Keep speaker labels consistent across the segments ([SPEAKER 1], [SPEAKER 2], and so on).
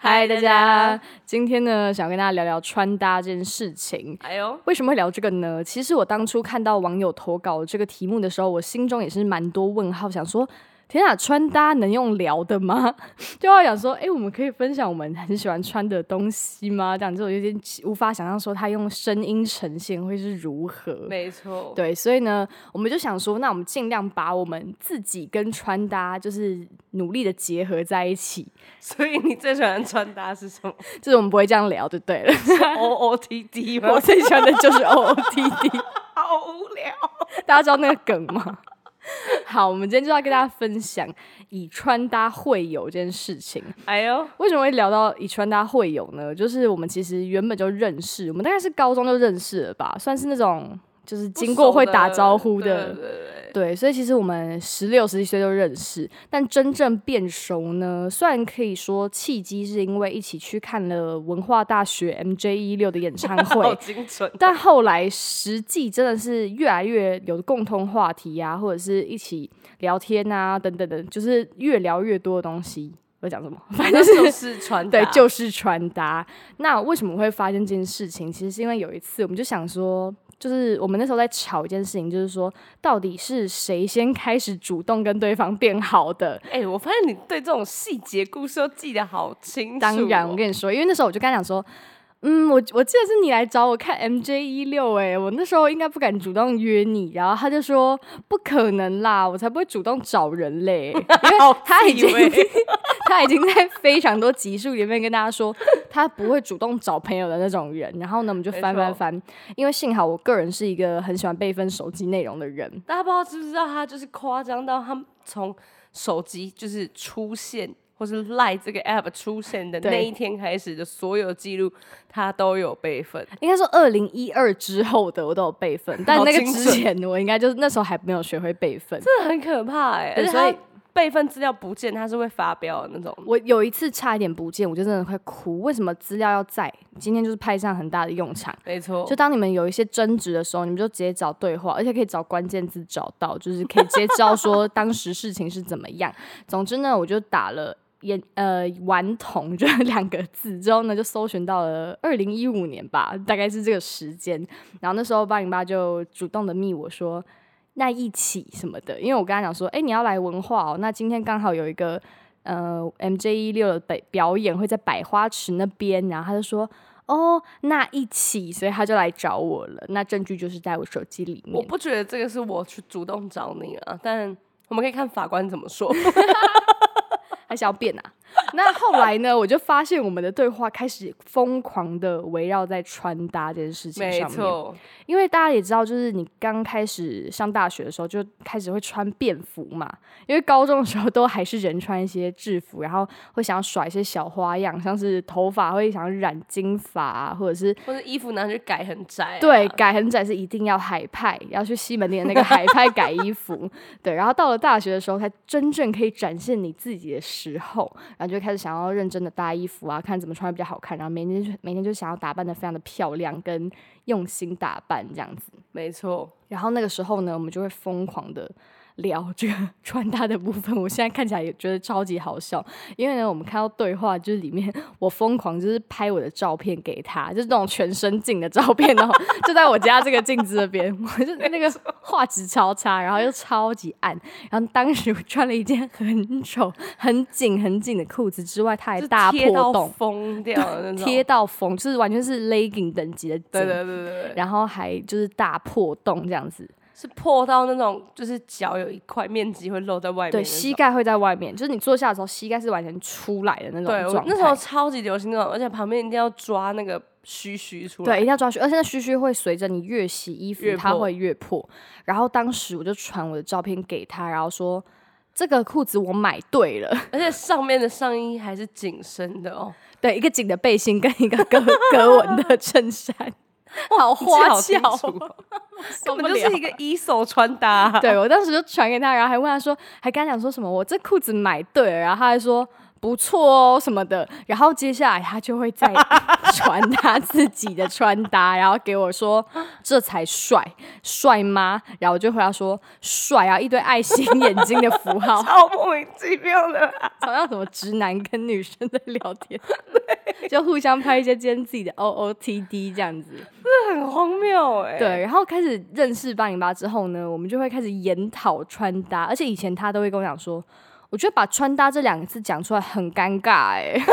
[SPEAKER 1] 嗨，大家，今天呢，想跟大家聊聊穿搭这件事情。
[SPEAKER 2] 哎呦，
[SPEAKER 1] 为什么会聊这个呢？其实我当初看到网友投稿这个题目的时候，我心中也是蛮多问号，想说。天啊，穿搭能用聊的吗？ 就要想说，哎、我们可以分享我们很喜欢穿的东西吗？这样子我有点无法想象，说它用声音呈现会是如何。
[SPEAKER 2] 没错，
[SPEAKER 1] 对，所以呢，我们就想说，那我们尽量把我们自己跟穿搭就是努力的结合在一起，
[SPEAKER 2] 所以你最喜欢穿搭 是什么
[SPEAKER 1] 就是我们不会这样聊，就对了。
[SPEAKER 2] ？O O T D 吗
[SPEAKER 1] 我？最喜欢的就是 O O T D，
[SPEAKER 2] 好无聊。
[SPEAKER 1] 大家知道那个梗吗？ 好，我们今天就要跟大家分享以穿搭会友这件事情。
[SPEAKER 2] 哎呦，
[SPEAKER 1] 为什么会聊到以穿搭会友呢？就是我们其实原本就认识，我们大概是高中就认识了吧，算是那种就是经过会打招呼的
[SPEAKER 2] 对对对
[SPEAKER 1] 对，所以其实我们十六、十七岁就认识，但真正变熟呢，虽然可以说契机是因为一起去看了文化大学 MJ 一六的演唱
[SPEAKER 2] 对， 好
[SPEAKER 1] 会，
[SPEAKER 2] 精准。
[SPEAKER 1] 但后来实际真的是越来越有共通话题啊，或者是一起聊天啊，等等等，就是越聊越多的东西。我讲什么？ 反正
[SPEAKER 2] 就是是穿搭，
[SPEAKER 1] 对，就是穿搭。那为什么会发现这件事情？其实是因为有一次，我们就想说，就是我们那时候在吵一件事情，就是说到底是谁先开始主动跟对方变好的？
[SPEAKER 2] 哎、我发现你对这种细节故事都记得好清楚、哦
[SPEAKER 1] 当然，我，跟你说，因为那时候我就跟他讲说。嗯，我我记得是你来找我看 MJ 一六哎，我那时候应该不敢主动约你，然后他就说不可能啦，我才不会主动找人 嘞，因为他已经他已经在非常多集数里面跟大家说，他不会主动找朋友的那种人。然后呢，我们就
[SPEAKER 2] 没
[SPEAKER 1] 翻翻
[SPEAKER 2] 错
[SPEAKER 1] 翻，因为幸好我个人是一个很喜欢备份手机内容的人，
[SPEAKER 2] 大家不知道知不知道，他就是夸张到他从手机就是出现，或是赖这个 app 出现的
[SPEAKER 1] 对
[SPEAKER 2] 那一天开始的所有记录，他都有备份。
[SPEAKER 1] 应该说二零一二之后的我都有备份，但
[SPEAKER 2] 好
[SPEAKER 1] 那个
[SPEAKER 2] 精
[SPEAKER 1] 之
[SPEAKER 2] 准
[SPEAKER 1] 前我应该就是那时候还没有学会备份。
[SPEAKER 2] 真的很可怕哎、
[SPEAKER 1] 对
[SPEAKER 2] 而且
[SPEAKER 1] 所以
[SPEAKER 2] 他备份资料不见，他是会发飙的那种。
[SPEAKER 1] 我有一次差一点不见，我就真的快哭。为什么资料要在？今天就是派上很大的用场。
[SPEAKER 2] 没错，
[SPEAKER 1] 就当你们有一些争执的时候，你们就直接找对话，而且可以找关键字找到，就是可以直接知道说当时事情是怎么样。总之呢，我就打了。眼呃，顽童 这两个字之后呢，就搜寻到了二零一五年吧，大概是这个时间。然后那时候八零八就主动的密我说，那一起什么的，因为我跟他讲说，哎、你要来文化哦，那今天刚好有一个呃 MJ 一六的表表演会在百花池那边，然后他就说。哦，那一起，所以他就来找我了。那证据就是在我手机里
[SPEAKER 2] 我
[SPEAKER 1] 面。
[SPEAKER 2] 不觉得这个是我去主动找你啊，但我们可以看法官怎么 说。
[SPEAKER 1] 还是要变啊。那后来呢，我就发现我们的对话开始疯狂的围绕在穿搭这件事情
[SPEAKER 2] 没
[SPEAKER 1] 上面。
[SPEAKER 2] 错，
[SPEAKER 1] 因为大家也知道，就是你刚开始上大学的时候就开始会穿便服嘛，因为高中的时候都还是人穿一些制服，然后会想要耍一些小花样，像是头发会想要染金发、啊，或者是
[SPEAKER 2] 或者衣服拿去改很窄、啊。
[SPEAKER 1] 对，改很窄是一定要海派，要去西门町的那个海派改衣服。 对，然后到了大学的时候，才真正可以展现你自己的时候，然后就开始想要认真的搭衣服啊，看怎么穿比较好看，然后每天就每天就想要打扮的非常的漂亮，跟用心打扮这样子。
[SPEAKER 2] 没错，
[SPEAKER 1] 然后那个时候呢，我们就会疯狂的聊这个 穿搭的部分。我现在看起来也觉得超级好笑，因为呢，我们看到对话就是里面我疯狂就是拍我的照片给他，就是那种全身镜的照片哦， 就在我家这个镜子这边， 我就那个画质超差，然后又超级暗，然后当时我穿了一件很丑、很紧、很紧的裤子之外，它还
[SPEAKER 2] 就
[SPEAKER 1] 大
[SPEAKER 2] 贴
[SPEAKER 1] 破
[SPEAKER 2] 到
[SPEAKER 1] 洞，
[SPEAKER 2] 疯掉的那 种。
[SPEAKER 1] 贴到疯，就是完全是 legging 等级的
[SPEAKER 2] 对
[SPEAKER 1] 紧，
[SPEAKER 2] 对对对对，
[SPEAKER 1] 然后还就是大破洞这样子。
[SPEAKER 2] 是破到那种，就是脚有一块面积会露在外面的
[SPEAKER 1] 对，
[SPEAKER 2] 那种。
[SPEAKER 1] 膝盖会在外面，就是你坐下的时候，膝盖是完全出来的那
[SPEAKER 2] 对，
[SPEAKER 1] 种
[SPEAKER 2] 我
[SPEAKER 1] 状态。
[SPEAKER 2] 那时候超级流行那种，而且旁边一定要抓那个须须出
[SPEAKER 1] 对，
[SPEAKER 2] 来。
[SPEAKER 1] 一定要抓虚，而且那须须会随着你越洗衣服
[SPEAKER 2] 越，
[SPEAKER 1] 它
[SPEAKER 2] 破
[SPEAKER 1] 会越破。然后当时我就传我的照片给他，然后说这个裤子我买对了，
[SPEAKER 2] 而且上面的上衣还是紧身的哦，
[SPEAKER 1] 对，一个紧的背心跟一个 格格纹的衬衫，好花
[SPEAKER 2] 你记
[SPEAKER 1] 俏
[SPEAKER 2] 得好
[SPEAKER 1] 哦，
[SPEAKER 2] 清楚哦
[SPEAKER 1] 受
[SPEAKER 2] 根
[SPEAKER 1] 不
[SPEAKER 2] 本就是
[SPEAKER 1] 了
[SPEAKER 2] 一个一手穿搭 啊、
[SPEAKER 1] 对我当时就传给他，然后还问他说，还跟他讲说什么，我这裤子买对了，然后他还说不错哦什么的，然后接下来他就会再传他自己的穿搭，然后给我说这才帅，帅吗？然后我就回答说帅啊，一堆爱心眼睛的符号，
[SPEAKER 2] 超莫名其妙的、
[SPEAKER 1] 好像什么直男跟女生在聊天， 就互相拍一些今天自己的 O O T D 这样子。
[SPEAKER 2] 很荒谬哎、
[SPEAKER 1] 对，然后开始认识八零八之后呢，我们就会开始研讨穿搭，而且以前他都会跟我讲说，我觉得把穿搭这两个字讲出来很尴尬哎、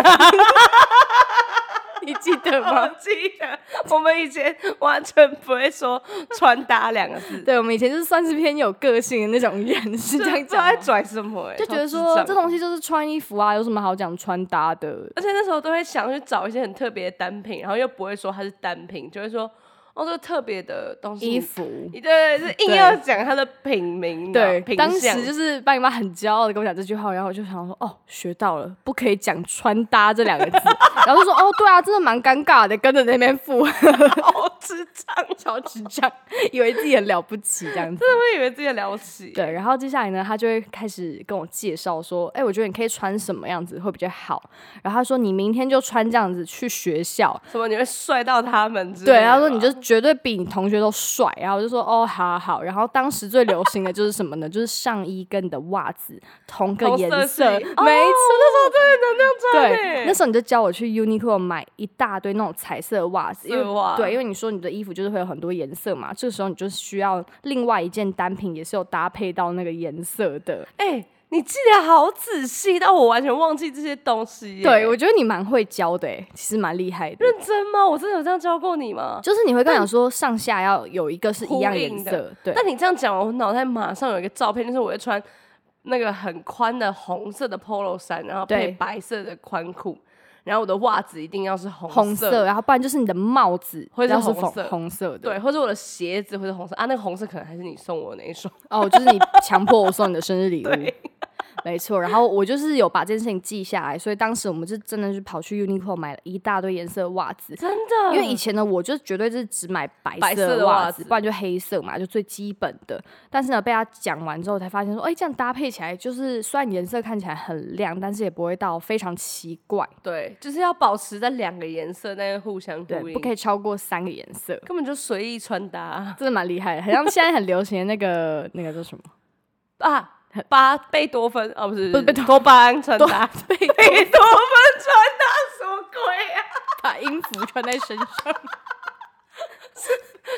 [SPEAKER 1] 你记得
[SPEAKER 2] 我
[SPEAKER 1] 吗？
[SPEAKER 2] 记得我们以前完全不会说“穿搭”两 个字，
[SPEAKER 1] 对，我们以前就是算是偏有个性的那种人，是这样
[SPEAKER 2] 不知道在
[SPEAKER 1] 讲吗，
[SPEAKER 2] 拽什么、欸，
[SPEAKER 1] 就觉得
[SPEAKER 2] 超智
[SPEAKER 1] 说
[SPEAKER 2] 障
[SPEAKER 1] 这东西就是穿衣服啊，有什么好讲穿搭的？
[SPEAKER 2] 而且那时候都会想去找一些很特别的单品，然后又不会说它是单品，就会说哦，这个特别的东西。
[SPEAKER 1] 衣服。
[SPEAKER 2] 对对，对是硬要讲它的品名，啊
[SPEAKER 1] 对，
[SPEAKER 2] 品
[SPEAKER 1] 当
[SPEAKER 2] 相
[SPEAKER 1] 时就是爸你妈很骄傲的跟我讲这句话，然后我就想说，哦，学到了，不可以讲穿搭这两个字， 然后就说，哦，对啊，真的蛮尴尬的，跟着那边附和，
[SPEAKER 2] 好智障，哦
[SPEAKER 1] 超智障，以为自己很了不起这样子。
[SPEAKER 2] 真的会以为自己很了不起。
[SPEAKER 1] 对，然后接下来呢，他就会开始跟我介绍说，哎、我觉得你可以穿什么样子会比较好。然后他说，你明天就穿这样子去学校。
[SPEAKER 2] 什么你会帅到他们之类的
[SPEAKER 1] 对，
[SPEAKER 2] 吧？
[SPEAKER 1] 他说你就绝对比你同学都帅。然后我就说，哦，好好好。然后当时最流行的就是什么呢？就是上衣跟你的袜子同个
[SPEAKER 2] 同
[SPEAKER 1] 颜
[SPEAKER 2] 色
[SPEAKER 1] 色，没
[SPEAKER 2] 系
[SPEAKER 1] 错。
[SPEAKER 2] 哦我那时候真的能那样穿、欸，
[SPEAKER 1] 对，那时候你就教我去 Uniqlo 买一大堆那种彩色的袜子，因
[SPEAKER 2] 色
[SPEAKER 1] 为
[SPEAKER 2] 袜
[SPEAKER 1] 对，因为你说你的衣服就是会有很多颜色嘛，这个时候你就需要另外一件单品也是有搭配到那个颜色的。
[SPEAKER 2] 哎、你记得好仔细，但我完全忘记这些东西耶。
[SPEAKER 1] 对，我觉得你蛮会教的、欸，其实蛮厉害的。
[SPEAKER 2] 认真吗？我真的有这样教过你吗？
[SPEAKER 1] 就是你会跟我讲说上下要有一个是一样
[SPEAKER 2] 呼
[SPEAKER 1] 颜
[SPEAKER 2] 应的
[SPEAKER 1] 色，对，
[SPEAKER 2] 但你这样讲，我脑袋马上有一个照片，就是我会穿那个很宽的红色的 polo 衫，然后
[SPEAKER 1] 对
[SPEAKER 2] 配白色的宽裤，然后我的袜子一定要是红色，
[SPEAKER 1] 红色，然后不然就是你的帽子
[SPEAKER 2] 会是
[SPEAKER 1] 要是
[SPEAKER 2] 红色
[SPEAKER 1] 红色的。
[SPEAKER 2] 对，或者我的鞋子会是红色啊，那个红色可能还是你送我的那 一双，
[SPEAKER 1] 哦，就是你强迫我送你的生日礼物。没错，然后我就是有把这件事情记下来，所以当时我们是真的是跑去 Uniqlo 买了一大堆颜色的袜子，
[SPEAKER 2] 真的
[SPEAKER 1] 因为以前呢，我就绝对是只买白
[SPEAKER 2] 白
[SPEAKER 1] 色
[SPEAKER 2] 色的
[SPEAKER 1] 袜
[SPEAKER 2] 袜
[SPEAKER 1] 子，
[SPEAKER 2] 子
[SPEAKER 1] 不然就黑色嘛，就最基本的。但是呢，被他讲完之后，才发现说，哎、这样搭配起来，就是虽然颜色看起来很亮，但是也不会到非常奇怪，
[SPEAKER 2] 对，就是要保持在两个颜色，但是互相
[SPEAKER 1] 对
[SPEAKER 2] 呼，应，
[SPEAKER 1] 不可以超过三个颜色，
[SPEAKER 2] 根本就随意穿搭啊
[SPEAKER 1] 真的蛮厉害的，很像现在很流行的那个那个叫什么？
[SPEAKER 2] 啊。巴贝多芬哦，不是
[SPEAKER 1] 不是贝多
[SPEAKER 2] 多巴胺
[SPEAKER 1] 啊
[SPEAKER 2] 穿搭，
[SPEAKER 1] 被
[SPEAKER 2] 贝多芬穿搭什么鬼啊？
[SPEAKER 1] 把音符穿在身上。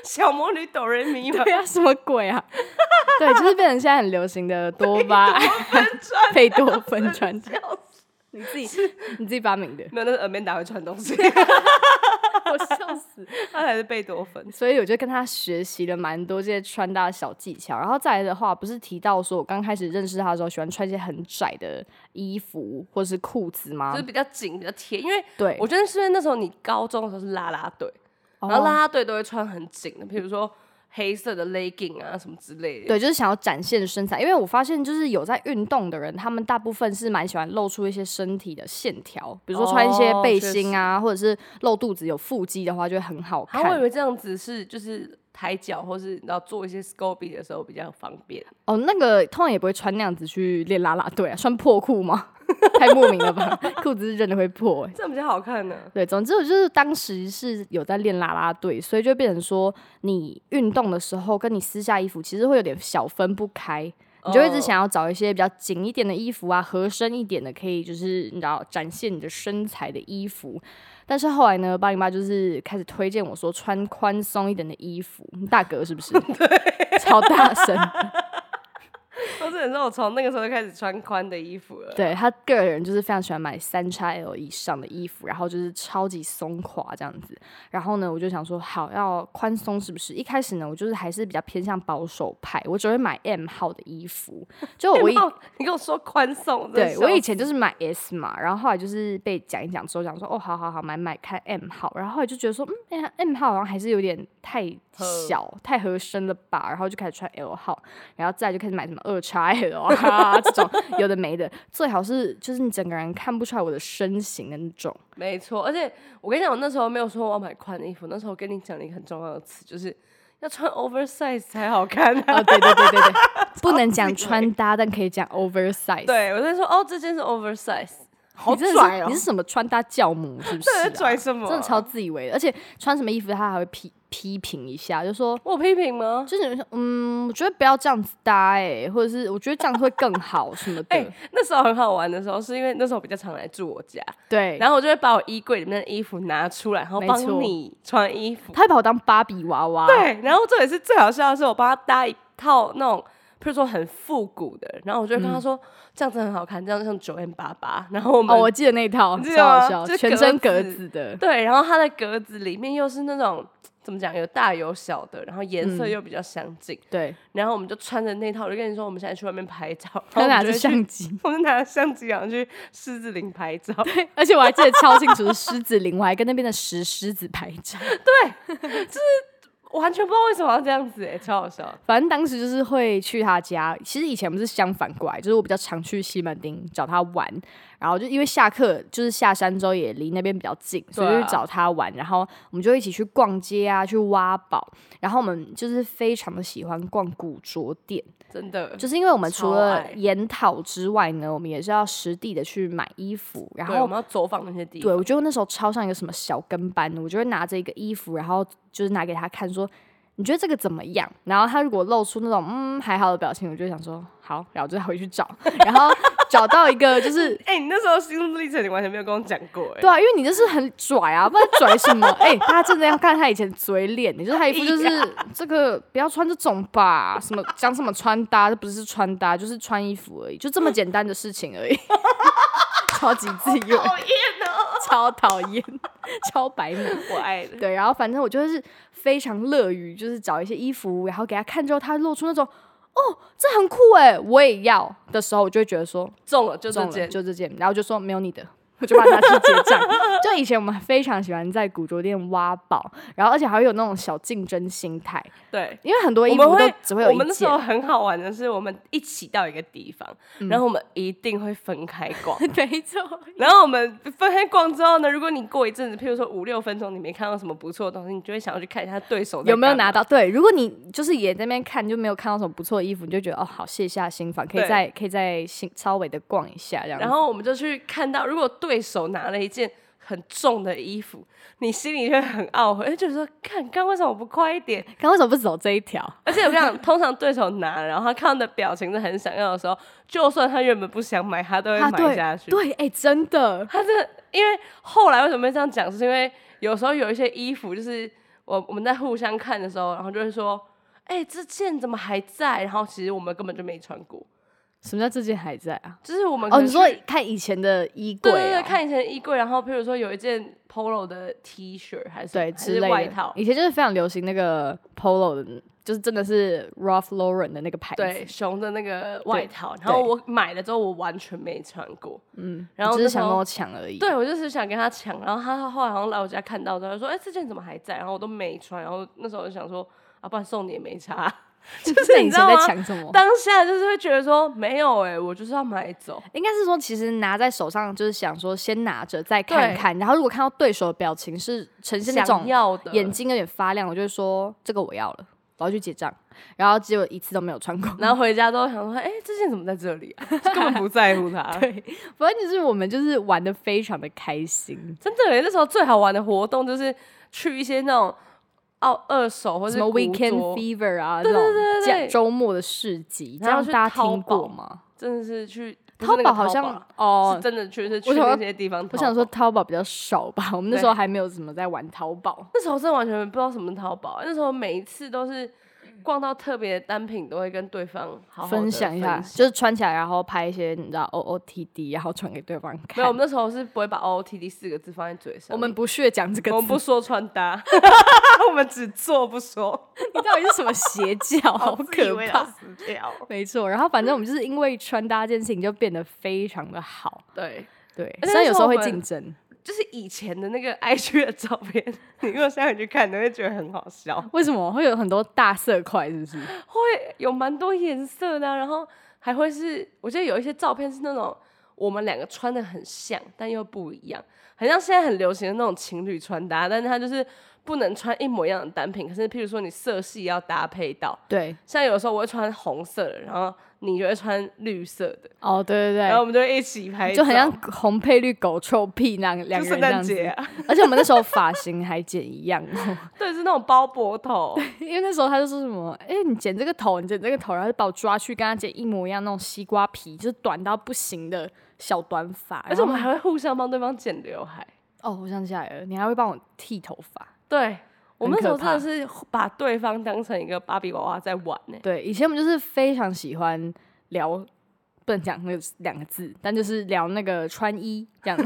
[SPEAKER 2] 小魔女哆瑞咪 吗？
[SPEAKER 1] 对啊，什么鬼啊？对，就是变成现在很流行的多巴胺、贝 多芬穿搭。你自己你自己发明的，
[SPEAKER 2] 没有，那是 Amanda 会穿 东西，
[SPEAKER 1] 我笑死。
[SPEAKER 2] 她才是贝多芬。
[SPEAKER 1] 所以我就跟他学习了蛮多这些穿搭的小技巧。然后再来的话，不是提到说我刚开始认识他的时候，喜欢穿一些很窄的衣服或是裤子吗
[SPEAKER 2] 就是？比较紧、比较贴，因为
[SPEAKER 1] 对，
[SPEAKER 2] 我觉得是因为那时候你高中的时候是啦啦队，
[SPEAKER 1] 哦
[SPEAKER 2] 然后啦啦队都会穿很紧的，比如说黑色的 legging 啊什么之类的。
[SPEAKER 1] 对，就是想要展现身材，因为我发现就是有在运动的人，他们大部分是蛮喜欢露出一些身体的线条，比如说穿一些
[SPEAKER 2] 哦
[SPEAKER 1] 背
[SPEAKER 2] 确
[SPEAKER 1] 心啊，或者是露肚子有腹肌的话，就会很好
[SPEAKER 2] 然后我
[SPEAKER 1] 看
[SPEAKER 2] 以。为这样子是就是抬脚或是然后做一些 scoby 的时候比较方便。
[SPEAKER 1] 哦，那个通常也不会穿那样子去练啦啦队啊，穿破裤吗？ 太莫名了吧，裤子是真的会破、欸。
[SPEAKER 2] 这样比较好看呢、
[SPEAKER 1] 对，总之我就是当时是有在练啦啦队，所以就变成说，你运动的时候跟你撕下衣服其实会有点小分不开，你就一直
[SPEAKER 2] 哦
[SPEAKER 1] 想要找一些比较紧一点的衣服啊，合身一点的，可以就是你知道展现你的身材的衣服。但是后来呢，八零八就是开始推荐我说穿宽松一点的衣服，大格是不是？超大声。
[SPEAKER 2] 我只能说，我从那个时候就开始穿宽的衣服了。
[SPEAKER 1] 对他个人就是非常喜欢买三叉 L 以上的衣服，然后就是超级松垮这样子。然后呢，我就想说，好要宽松是不是？一开始呢，我就是还是比较偏向保守派，我只会买 M 号的衣服。就 我以
[SPEAKER 2] 然后你跟我说宽松，我真的
[SPEAKER 1] 对我
[SPEAKER 2] 笑
[SPEAKER 1] 以前就是买 S 嘛，然后后来就是被讲一讲之后，讲说哦，好好好，买买看 M 号，然后后来就觉得说，嗯哎，M 号好像还是有点太
[SPEAKER 2] 呵
[SPEAKER 1] 小、太合身了吧，然后就开始穿 L 号，然后再来就开始买什么二叉 L 啊这 种有的没的，最好是就是你整个人看不出来我的身形的那 种，
[SPEAKER 2] 没错，而且我跟你讲，我那时候没有说我要买宽的衣服，那时候我跟你讲了一个很重要的词，就是要穿 oversize 才好看、啊。
[SPEAKER 1] 哦，对对对 对对，不能讲穿搭，但可以讲 oversize，
[SPEAKER 2] 对，我在说哦，这件是 oversize，好
[SPEAKER 1] 你真的是
[SPEAKER 2] 拽哦
[SPEAKER 1] 你是什么穿搭教母 是不是、
[SPEAKER 2] 这
[SPEAKER 1] 啊？
[SPEAKER 2] 在拽什么？
[SPEAKER 1] 真的超自以为的，而且穿什么衣服他还会批批评一下，就说
[SPEAKER 2] 我有批评吗？
[SPEAKER 1] 就是你说嗯，我觉得不要这样子搭哎、或者是我觉得这样会更好什么的。
[SPEAKER 2] 哎、那时候很好玩的时候，是因为那时候比较常来住我家，
[SPEAKER 1] 对，
[SPEAKER 2] 然后我就会把我衣柜里面的衣服拿出来，然后
[SPEAKER 1] 没
[SPEAKER 2] 帮
[SPEAKER 1] 错
[SPEAKER 2] 你穿衣服。
[SPEAKER 1] 他还把我当芭比娃娃，，
[SPEAKER 2] 对，然后这也是最好笑的是，我帮他搭一套那种，譬如说很复古的，然后我就会
[SPEAKER 1] 嗯
[SPEAKER 2] 跟他说、这样真的很好看，这样像九 M 八 八。然后我们、
[SPEAKER 1] 哦，我记得那一套
[SPEAKER 2] 你记得
[SPEAKER 1] 超
[SPEAKER 2] 吗
[SPEAKER 1] 好笑，
[SPEAKER 2] 啊就是
[SPEAKER 1] 全
[SPEAKER 2] 格
[SPEAKER 1] 身格
[SPEAKER 2] 子
[SPEAKER 1] 子的，
[SPEAKER 2] 对，然后它的格子里面又是那种怎么讲，有大有小的，然后颜
[SPEAKER 1] 嗯
[SPEAKER 2] 色又比较相近，
[SPEAKER 1] 对，
[SPEAKER 2] 然后我们就穿着那套，我就跟你说我们现在去外面拍 照，然后
[SPEAKER 1] 他
[SPEAKER 2] 我
[SPEAKER 1] 拿
[SPEAKER 2] 们
[SPEAKER 1] 着
[SPEAKER 2] 就会去。
[SPEAKER 1] 相机，
[SPEAKER 2] 我们拿着相机，然后去狮子林拍照，
[SPEAKER 1] 而且我还记得超清楚是狮子林，我还跟那边的石狮子拍照。
[SPEAKER 2] 完全不知道为什么要这样子、哎，超好笑。
[SPEAKER 1] 反正当时就是会去他家，其实以前不是相反过来，就是我比较常去西门町找他玩，然后就因为下课就是下山之后也离那边比较近，所以
[SPEAKER 2] 对
[SPEAKER 1] 就
[SPEAKER 2] 啊
[SPEAKER 1] 去找他玩，然后我们就一起去逛街啊，去啊挖宝，然后我们就是非常的喜欢逛古着店。
[SPEAKER 2] 真的，
[SPEAKER 1] 就是因为我们除
[SPEAKER 2] 超
[SPEAKER 1] 了
[SPEAKER 2] 爱
[SPEAKER 1] 研讨之外呢，我们也是要实地的去买衣服，然
[SPEAKER 2] 对，我
[SPEAKER 1] 后
[SPEAKER 2] 们要走访那些地
[SPEAKER 1] 对
[SPEAKER 2] 方，
[SPEAKER 1] 我就那时候超像一个什么小跟班的，我就会拿着一个衣服，然后就是拿给他看说。你觉得这个怎么样？然后他如果露出那种嗯还好的表情，我就会想说好，然后就再回去找， 然后找到一个 就是
[SPEAKER 2] 哎、你那时候心路历程你完全没有跟我讲过、哎，
[SPEAKER 1] 对啊，因为你就是很拽啊，不然拽什么？哎、大家真的要看他以前嘴脸，你就是他一副
[SPEAKER 2] 哎
[SPEAKER 1] 就是这个不要穿这种吧，什么讲什么穿搭，这不是穿搭，就是穿衣服而已，就这么简单的事情而已， 超级自以 为，
[SPEAKER 2] 讨厌哦，
[SPEAKER 1] 超讨厌，超白目。
[SPEAKER 2] 我爱 的，
[SPEAKER 1] 对，然后反正我就是非常乐于就是找一些衣服，然后给他看之后，他露出那种哦这很酷哎，我也要的时候，我就会觉得说
[SPEAKER 2] 中了就这
[SPEAKER 1] 中了
[SPEAKER 2] 件，
[SPEAKER 1] 就这件，然后就说没有你的，我就把它拿去结 账。就以前我们非常喜欢在古着店挖宝，然后而且还会有那种小竞争心态，
[SPEAKER 2] 对。
[SPEAKER 1] 因为很多衣
[SPEAKER 2] 我
[SPEAKER 1] 服
[SPEAKER 2] 们
[SPEAKER 1] 都
[SPEAKER 2] 会，
[SPEAKER 1] 只会有
[SPEAKER 2] 我们
[SPEAKER 1] 一
[SPEAKER 2] 那时
[SPEAKER 1] 件嗯
[SPEAKER 2] 候。很好玩的是，我们一起到一个地方，然后我们一定会分开逛。
[SPEAKER 1] 没错，
[SPEAKER 2] 然后我们分开逛之后呢，如果你过一阵子，譬如说五六分钟，你没看到什么不错的东西，你就会想要去看一下对手 在
[SPEAKER 1] 有没有
[SPEAKER 2] 干嘛
[SPEAKER 1] 拿。到？对，如果你就是也在那边看，就没有看到什么不错的衣服，你就觉得哦，好卸下心防，可以
[SPEAKER 2] 对
[SPEAKER 1] 再可以再心稍微的逛一下这样子。
[SPEAKER 2] 然后我们就去看到，如果对手拿了一件很重的衣服，你心里就会很懊悔，哎就觉得说看，刚刚为什么不快一点？
[SPEAKER 1] 刚为什么不走这一条？
[SPEAKER 2] 而且我跟你讲，通常对手拿，然后他看的表情是很想要的时候，就算他原本不想买，他都会
[SPEAKER 1] 啊，
[SPEAKER 2] 买
[SPEAKER 1] 对
[SPEAKER 2] 下去。
[SPEAKER 1] 对，哎、真的，
[SPEAKER 2] 他真的，因为后来为什么会这样讲，是因为有时候有一些衣服，就是我我们在互相看的时候，然后就会说，哎、这件怎么还在？然后其实我们根本就没穿过，
[SPEAKER 1] 什么叫这件还在啊？
[SPEAKER 2] 就是我们可
[SPEAKER 1] 哦，
[SPEAKER 2] 能
[SPEAKER 1] 你说
[SPEAKER 2] 去
[SPEAKER 1] 看以前的衣柜、
[SPEAKER 2] 对
[SPEAKER 1] 哦，
[SPEAKER 2] 对对，看以前的衣柜，然后譬如说有一件 polo 的 T 恤还是什么
[SPEAKER 1] 对
[SPEAKER 2] 还
[SPEAKER 1] 之
[SPEAKER 2] 是
[SPEAKER 1] 类
[SPEAKER 2] 外
[SPEAKER 1] 的
[SPEAKER 2] 套，
[SPEAKER 1] 以前就是非常流行那个 polo 的，就是真的是 Ralph Lauren 的那个牌子，
[SPEAKER 2] 对，熊的那个外套，然后
[SPEAKER 1] 对
[SPEAKER 2] 我买了之后我完全没穿过，嗯，然
[SPEAKER 1] 我
[SPEAKER 2] 后
[SPEAKER 1] 只
[SPEAKER 2] 那
[SPEAKER 1] 是
[SPEAKER 2] 时
[SPEAKER 1] 想跟
[SPEAKER 2] 候
[SPEAKER 1] 我抢而已。
[SPEAKER 2] 对我就是想跟他抢，然后他后来好像来我家看到之后他说，哎、这件怎么还在？然后我都没穿，然后那时候我就想说，啊，不然送你也没差，就
[SPEAKER 1] 那
[SPEAKER 2] 是
[SPEAKER 1] 你以
[SPEAKER 2] 知
[SPEAKER 1] 前
[SPEAKER 2] 道
[SPEAKER 1] 在
[SPEAKER 2] 吗？
[SPEAKER 1] 抢什么？
[SPEAKER 2] 当下就是会觉得说没有哎、我就是要买走，
[SPEAKER 1] 应该是说，其实拿在手上就是想说，先拿着再看
[SPEAKER 2] 对
[SPEAKER 1] 看，然后如果看到对手的表情是呈现那
[SPEAKER 2] 想
[SPEAKER 1] 种
[SPEAKER 2] 要的
[SPEAKER 1] 眼睛有点发亮，我就会说这个我要了，我要去结账，然后结果一次都没有穿过。
[SPEAKER 2] 然后回家都想说，哎、这件怎么在这里啊？根本不在 乎它。
[SPEAKER 1] 反正就是我们就是玩的非常的开心，
[SPEAKER 2] 真的耶，欸那时候最好玩的活动就是去一些那种哦二手或
[SPEAKER 1] 什
[SPEAKER 2] 者
[SPEAKER 1] 么 Weekend Fever 啊，这种
[SPEAKER 2] 对
[SPEAKER 1] 假周末的市集，这
[SPEAKER 2] 然后
[SPEAKER 1] 样
[SPEAKER 2] 去
[SPEAKER 1] 大家
[SPEAKER 2] 淘
[SPEAKER 1] 听过
[SPEAKER 2] 宝
[SPEAKER 1] 吗？
[SPEAKER 2] 真的是去不是
[SPEAKER 1] 淘
[SPEAKER 2] 那个
[SPEAKER 1] 宝好
[SPEAKER 2] 淘
[SPEAKER 1] 像
[SPEAKER 2] 宝啊
[SPEAKER 1] 哦
[SPEAKER 2] 是，真的去是去
[SPEAKER 1] 我想要
[SPEAKER 2] 那些地方淘宝。
[SPEAKER 1] 我想说淘宝比较少吧，我们那时候
[SPEAKER 2] 对
[SPEAKER 1] 还没有怎么在玩淘宝。
[SPEAKER 2] 那时候真的完全不知道什么淘宝，那时候每一次都是逛到特别的单品，都会跟对方好好地
[SPEAKER 1] 分享一下，
[SPEAKER 2] 分
[SPEAKER 1] 就是穿起来，然后拍一些你知道 O O T D，然后传给对方
[SPEAKER 2] 没有，
[SPEAKER 1] 看
[SPEAKER 2] 我。们那时候是不会把 OOTD 四个字放在嘴上。
[SPEAKER 1] 我们不屑讲这个
[SPEAKER 2] 我
[SPEAKER 1] 字
[SPEAKER 2] 们，不说穿搭， 我们只做不说，
[SPEAKER 1] 你到底是什么 邪教？好
[SPEAKER 2] 自以
[SPEAKER 1] 可
[SPEAKER 2] 为要
[SPEAKER 1] 怕！
[SPEAKER 2] 死掉。
[SPEAKER 1] 啊没错，然后反正我们就是因为穿搭这件事情就变得非常的好，
[SPEAKER 2] 对，
[SPEAKER 1] 对，
[SPEAKER 2] 而且
[SPEAKER 1] 虽然
[SPEAKER 2] 那
[SPEAKER 1] 有
[SPEAKER 2] 时
[SPEAKER 1] 时候
[SPEAKER 2] 候
[SPEAKER 1] 会
[SPEAKER 2] 我们
[SPEAKER 1] 竞争。
[SPEAKER 2] 就是以前的那个 IG 的照片，你如果现在回去看，你会觉得很好笑，
[SPEAKER 1] 为什么会有很多大色块？是不是？
[SPEAKER 2] 会有蛮多颜色的啊、然后还会是，我记得有一些照片是那种我们两个穿的很像，但又不一样，很像现在很流行的那种情侣穿搭，但是它就是不能穿一模一样的单品，可是譬如说你色系要搭配到，
[SPEAKER 1] 对，
[SPEAKER 2] 像有时候我会穿红色的，然后你就会穿绿色的，
[SPEAKER 1] 哦，对对
[SPEAKER 2] 然后
[SPEAKER 1] 对。
[SPEAKER 2] 我们就会一起拍照，
[SPEAKER 1] 就很像红配绿狗臭屁那两
[SPEAKER 2] 就
[SPEAKER 1] 个人
[SPEAKER 2] 圣
[SPEAKER 1] 这
[SPEAKER 2] 诞
[SPEAKER 1] 样子，
[SPEAKER 2] 节、啊，
[SPEAKER 1] 而且我们那时候发型还剪一样哦，
[SPEAKER 2] 对，是那种包脖头，
[SPEAKER 1] 因为那时候他就说什么，哎、你剪这个头，你剪这个头，然后就把我抓去跟他剪一模一样那种西瓜皮，就是短到不行的小短发。
[SPEAKER 2] 而且哎我们
[SPEAKER 1] 然
[SPEAKER 2] 还会互相帮对方剪刘海。
[SPEAKER 1] 后哦，我想起来了，你还会帮我剃头发。
[SPEAKER 2] 对，我
[SPEAKER 1] 很
[SPEAKER 2] 们那时候
[SPEAKER 1] 可
[SPEAKER 2] 真的是把对方当成一个芭比娃娃在玩欸呢、
[SPEAKER 1] 对，以前我们就是非常喜欢聊，不能讲那个两个字，但就是聊那个穿衣这样。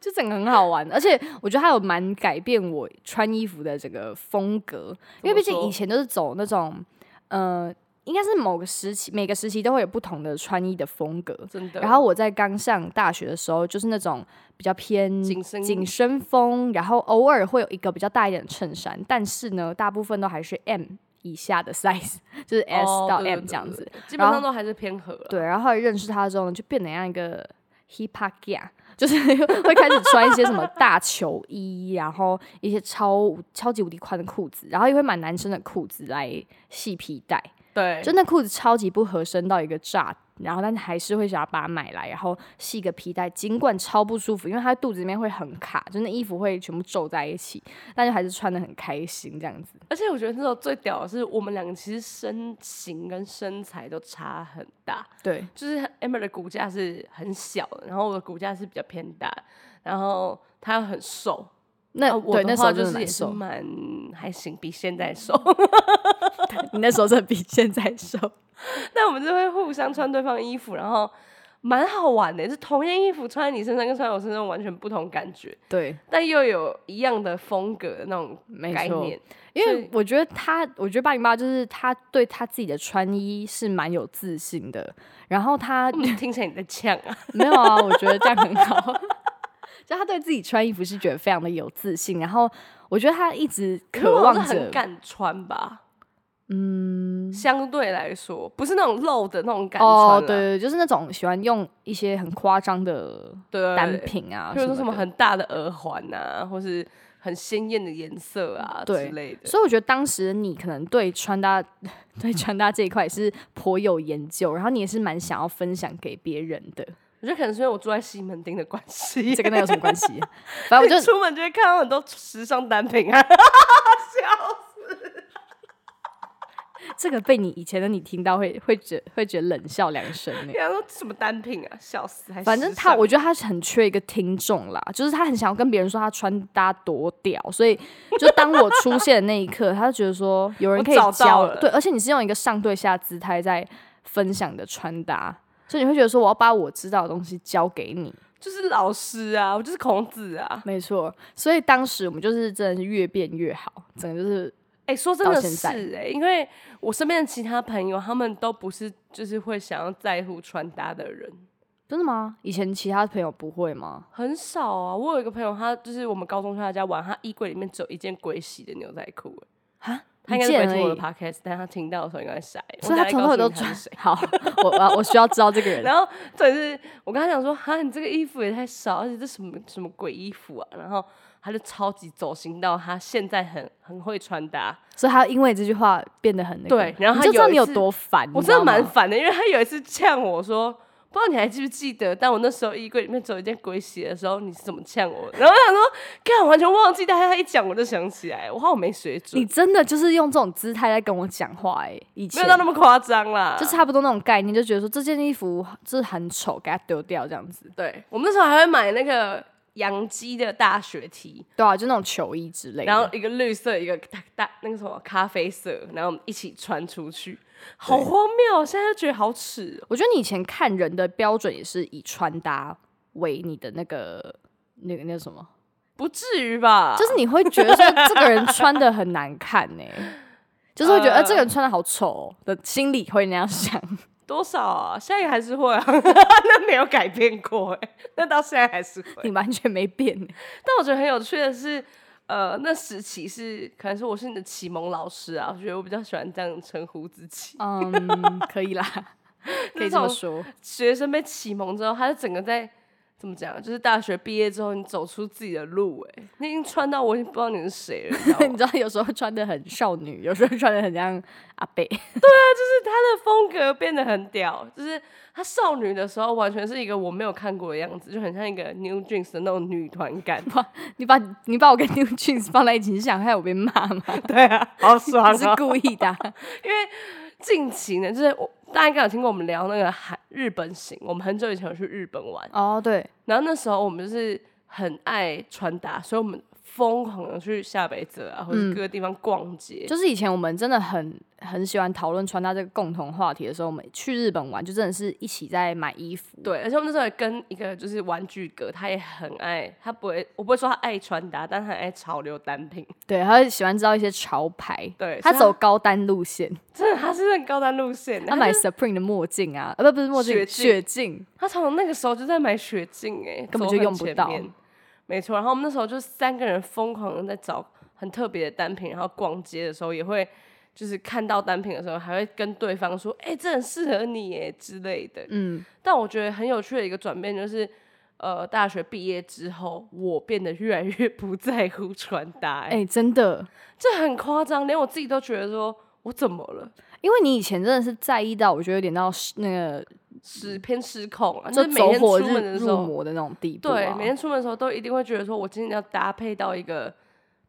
[SPEAKER 1] 就整个很好玩，而且我觉得它有蛮改变我穿衣服的这个风格，因为毕竟
[SPEAKER 2] 说
[SPEAKER 1] 以前都是走那种，呃，应该是某个时期，每个时期都会有不同的穿衣的风格。
[SPEAKER 2] 真的。
[SPEAKER 1] 然后我在刚上大学的时候，就是那种比较偏
[SPEAKER 2] 紧身
[SPEAKER 1] 紧身风，然后偶尔会有一个比较大一点的衬衫，但是呢，大部分都还是 M 以下的 size，就是 S
[SPEAKER 2] 哦
[SPEAKER 1] 到
[SPEAKER 2] 对对
[SPEAKER 1] M
[SPEAKER 2] 对
[SPEAKER 1] 这样
[SPEAKER 2] 对
[SPEAKER 1] 子。
[SPEAKER 2] 基
[SPEAKER 1] 然
[SPEAKER 2] 本
[SPEAKER 1] 后
[SPEAKER 2] 上都还是偏和了。
[SPEAKER 1] 对，然后后来认识他之后呢，就变得像一个 hip hop g a 就是会开始穿一些什么大球衣，然后一些超超级无敌宽的裤子，然后也会买男生的裤子来系皮带，
[SPEAKER 2] 对，
[SPEAKER 1] 就那裤子超级不合身到一个炸，然后但是还是会想要把它买来，然后系个皮带，尽管超不舒服，因为它肚子里面会很卡，就那衣服会全部皱在一起，但就还是穿的很开心这样子。
[SPEAKER 2] 而且我觉得那时候最屌的是，我们两个其实身形跟身材都差很大。
[SPEAKER 1] 对，
[SPEAKER 2] 就是 Amber 的骨架是很小的，然后我的骨架是比较偏大，然后她很瘦。
[SPEAKER 1] 那、
[SPEAKER 2] 啊我
[SPEAKER 1] 对那
[SPEAKER 2] 的
[SPEAKER 1] 时候
[SPEAKER 2] 话
[SPEAKER 1] 真
[SPEAKER 2] 就
[SPEAKER 1] 哦的
[SPEAKER 2] 是也
[SPEAKER 1] 蛮
[SPEAKER 2] 是
[SPEAKER 1] 瘦，
[SPEAKER 2] 蛮还行，比现在瘦。
[SPEAKER 1] 你那时候真的 比现在瘦。
[SPEAKER 2] 但我们就会互相穿对方衣服，然后蛮好玩的，是同样衣服穿在你身上跟穿在我身上完全不同感觉，
[SPEAKER 1] 对，
[SPEAKER 2] 但又有一样的风格的那种
[SPEAKER 1] 没
[SPEAKER 2] 概
[SPEAKER 1] 错。
[SPEAKER 2] 念。
[SPEAKER 1] 因
[SPEAKER 2] 所
[SPEAKER 1] 为
[SPEAKER 2] 以
[SPEAKER 1] 我觉得他，我觉得八零八就是他对他自己的穿衣是蛮有自信的，然后他
[SPEAKER 2] 嗯听起来你在呛啊？
[SPEAKER 1] 没有啊，我觉得这样很好。 就他对自己穿衣服是觉得非常的有自信，然后我觉得他一直渴望
[SPEAKER 2] 我是很
[SPEAKER 1] 着，哦
[SPEAKER 2] 敢穿吧，
[SPEAKER 1] 嗯，
[SPEAKER 2] 相对来说不是那种露的那种敢穿、啊。
[SPEAKER 1] 哦，对对，就是那种喜欢用一些很夸张的
[SPEAKER 2] 对
[SPEAKER 1] 单品啊，
[SPEAKER 2] 比如说什
[SPEAKER 1] 什
[SPEAKER 2] 么
[SPEAKER 1] 么的。
[SPEAKER 2] 很大的耳环啊，或是很鲜艳的颜色啊
[SPEAKER 1] 嗯
[SPEAKER 2] 之
[SPEAKER 1] 对
[SPEAKER 2] 类的。
[SPEAKER 1] 所以我觉得当时你可能对穿搭、 对穿搭这一块也是颇有研究，然后你也是蛮想要分享给别人的，
[SPEAKER 2] 我觉得可能是因为我住在西门町的关系，
[SPEAKER 1] 这跟那有什么关 系？反正我就
[SPEAKER 2] 出门就会看到很多时尚单 品啊。
[SPEAKER 1] 这个被你以前的你听到会会觉会觉得冷笑两声欸呢。
[SPEAKER 2] 然后什么单品啊，笑死！还
[SPEAKER 1] 反
[SPEAKER 2] 时
[SPEAKER 1] 正他，
[SPEAKER 2] 尚
[SPEAKER 1] 我觉得他是很缺一个听众啦，就是他很想要跟别人说他穿搭多屌，所以就当我出现的那一刻，他就觉得说有人
[SPEAKER 2] 我
[SPEAKER 1] 可以
[SPEAKER 2] 找到
[SPEAKER 1] 教，
[SPEAKER 2] 了
[SPEAKER 1] 对，而且你是用一个上对下姿态在分享的穿搭，所以你会觉得说我要把我知道的东西教给你，
[SPEAKER 2] 就是老师啊，我就是孔子啊。
[SPEAKER 1] 没错。所以当时我们就是真的是越变越好，整个就是
[SPEAKER 2] 哎、说真
[SPEAKER 1] 到
[SPEAKER 2] 的
[SPEAKER 1] 现
[SPEAKER 2] 是
[SPEAKER 1] 在
[SPEAKER 2] 哎、因为我身边的其他朋友，他们都不是就是会想要在乎穿搭的人，
[SPEAKER 1] 真的吗？以前其他朋友不会吗？
[SPEAKER 2] 很少啊。我有一个朋友，他就是我们高中去他家玩，他衣柜里面只有一件鬼洗的牛仔裤、欸，
[SPEAKER 1] 啊，
[SPEAKER 2] 他
[SPEAKER 1] 一
[SPEAKER 2] 应该是
[SPEAKER 1] 件
[SPEAKER 2] 没
[SPEAKER 1] 而
[SPEAKER 2] 听我
[SPEAKER 1] 已
[SPEAKER 2] 的 podcast，但他听到的时候应该傻眼。
[SPEAKER 1] 所以他从头到尾都穿
[SPEAKER 2] 穿。
[SPEAKER 1] 好，我我我需要知道这个人。
[SPEAKER 2] 然后对，是我跟他讲说，哈，你这个衣服也太少，而且这什么什么鬼衣服啊？然后他就超级走心到他现在很很会穿搭，
[SPEAKER 1] 所以他因为这句话变得很那个。
[SPEAKER 2] 对然后
[SPEAKER 1] 你
[SPEAKER 2] 他
[SPEAKER 1] 就知道
[SPEAKER 2] 有一
[SPEAKER 1] 你有
[SPEAKER 2] 次
[SPEAKER 1] 多烦，
[SPEAKER 2] 我
[SPEAKER 1] 你
[SPEAKER 2] 真
[SPEAKER 1] 知
[SPEAKER 2] 的
[SPEAKER 1] 道吗
[SPEAKER 2] 蛮烦的，因为他有一次呛我说，不知道你还记不记得，但我那时候衣柜里面只有一件鬼洗的时候，你是怎么呛我？然后我想说，看我完全忘记，但是他一讲我就想起来，我好没水准
[SPEAKER 1] 你，真的就是用这种姿态在跟我讲话哎、以
[SPEAKER 2] 没
[SPEAKER 1] 前
[SPEAKER 2] 有到那么啊夸张啦，
[SPEAKER 1] 就差不多那种概念，就觉得说这件衣服就是很丑，给它丢掉这样子。
[SPEAKER 2] 对我们那时候还会买那个洋基的大学 T，
[SPEAKER 1] 对啊，就那种球衣之类的。
[SPEAKER 2] 然后一个绿色，一个大大那个什么咖啡色，然后我们一起穿出去，好荒谬！现在就觉得好耻、哦。
[SPEAKER 1] 我觉得你以前看人的标准也是以穿搭为你的那个那个那个什么，
[SPEAKER 2] 不至于吧？
[SPEAKER 1] 就是你会觉得说这个人穿的很难看哎、 就是会觉得，呃，这个人穿的好丑、哦、的，心里会那样想。
[SPEAKER 2] 多少啊？现在也还是会啊， 那没有改变过哎、那到现在还是会。
[SPEAKER 1] 你完全没变、欸，
[SPEAKER 2] 但我觉得很有趣的是，呃，那时期是可能是我是你的启蒙老师啊，我觉得我比较喜欢这样称呼自 己。
[SPEAKER 1] 嗯，可以啦，可以这么说。
[SPEAKER 2] 学生被启蒙之后，他就整个在怎么讲，就是大学毕业之后，你走出自己的路、欸，哎，你已经穿到我已经不知道你是谁了，你知道吗
[SPEAKER 1] 你知道有时候穿的很少女，有时候穿的很像阿贝，
[SPEAKER 2] 她的风格变得很屌，就是她少女的时候完全是一个我没有看过的样子，就很像一个 New Jeans 的那种女团感。
[SPEAKER 1] 你把你把我跟 New Jeans 放在一起，你是想害我被骂吗？
[SPEAKER 2] 对啊，好爽
[SPEAKER 1] 你是故意的啊、
[SPEAKER 2] 近期呢，就是我大家应该有听过我们聊那个韩日本行，我们很久以前有去日本玩，
[SPEAKER 1] 哦，对，
[SPEAKER 2] 然后那时候我们就是很爱穿搭，所以我们疯狂的去下北泽啊，或者
[SPEAKER 1] 嗯
[SPEAKER 2] 各个地方逛街。
[SPEAKER 1] 就是以前我们真的很很喜欢讨论穿搭这个共同话题的时候，我们去日本玩就真的是一起在买衣服，
[SPEAKER 2] 对，而且我们那时候也跟一个就是玩具哥，他也很爱，他不会，我不会说他爱穿搭，但他很爱潮流单品。
[SPEAKER 1] 对，他会喜欢知道一些潮牌，
[SPEAKER 2] 对，
[SPEAKER 1] 他
[SPEAKER 2] 所以
[SPEAKER 1] 走高单路线，
[SPEAKER 2] 真的，他是那个高端路线的。
[SPEAKER 1] 他
[SPEAKER 2] 他
[SPEAKER 1] 买
[SPEAKER 2] 买，
[SPEAKER 1] Supreme 的墨镜啊，啊不不是墨镜，
[SPEAKER 2] 雪镜
[SPEAKER 1] 雪镜，
[SPEAKER 2] 他从那个时候就在买雪镜、欸，哎，
[SPEAKER 1] 根本就用不到
[SPEAKER 2] 没错，然后我们那时候就三个人疯狂的在找很特别的单品，然后逛街的时候也会，就是看到单品的时候还会跟对方说，哎、这很适合你耶之类的。
[SPEAKER 1] 嗯，
[SPEAKER 2] 但我觉得很有趣的一个转变就是。呃，大学毕业之后，我变得越来越不在乎穿搭、欸，
[SPEAKER 1] 哎、真的，
[SPEAKER 2] 这很夸张，连我自己都觉得说，我怎么了？
[SPEAKER 1] 因为你以前真的是在意到，我觉得有点到失那个
[SPEAKER 2] 失偏失控啊！
[SPEAKER 1] 就
[SPEAKER 2] 就是每
[SPEAKER 1] 走
[SPEAKER 2] 天
[SPEAKER 1] 火
[SPEAKER 2] 出
[SPEAKER 1] 入
[SPEAKER 2] 门的时
[SPEAKER 1] 入
[SPEAKER 2] 候，
[SPEAKER 1] 魔的那种地步、啊，
[SPEAKER 2] 对，每天出门的时候都一定会觉得说，我今天要搭配到一个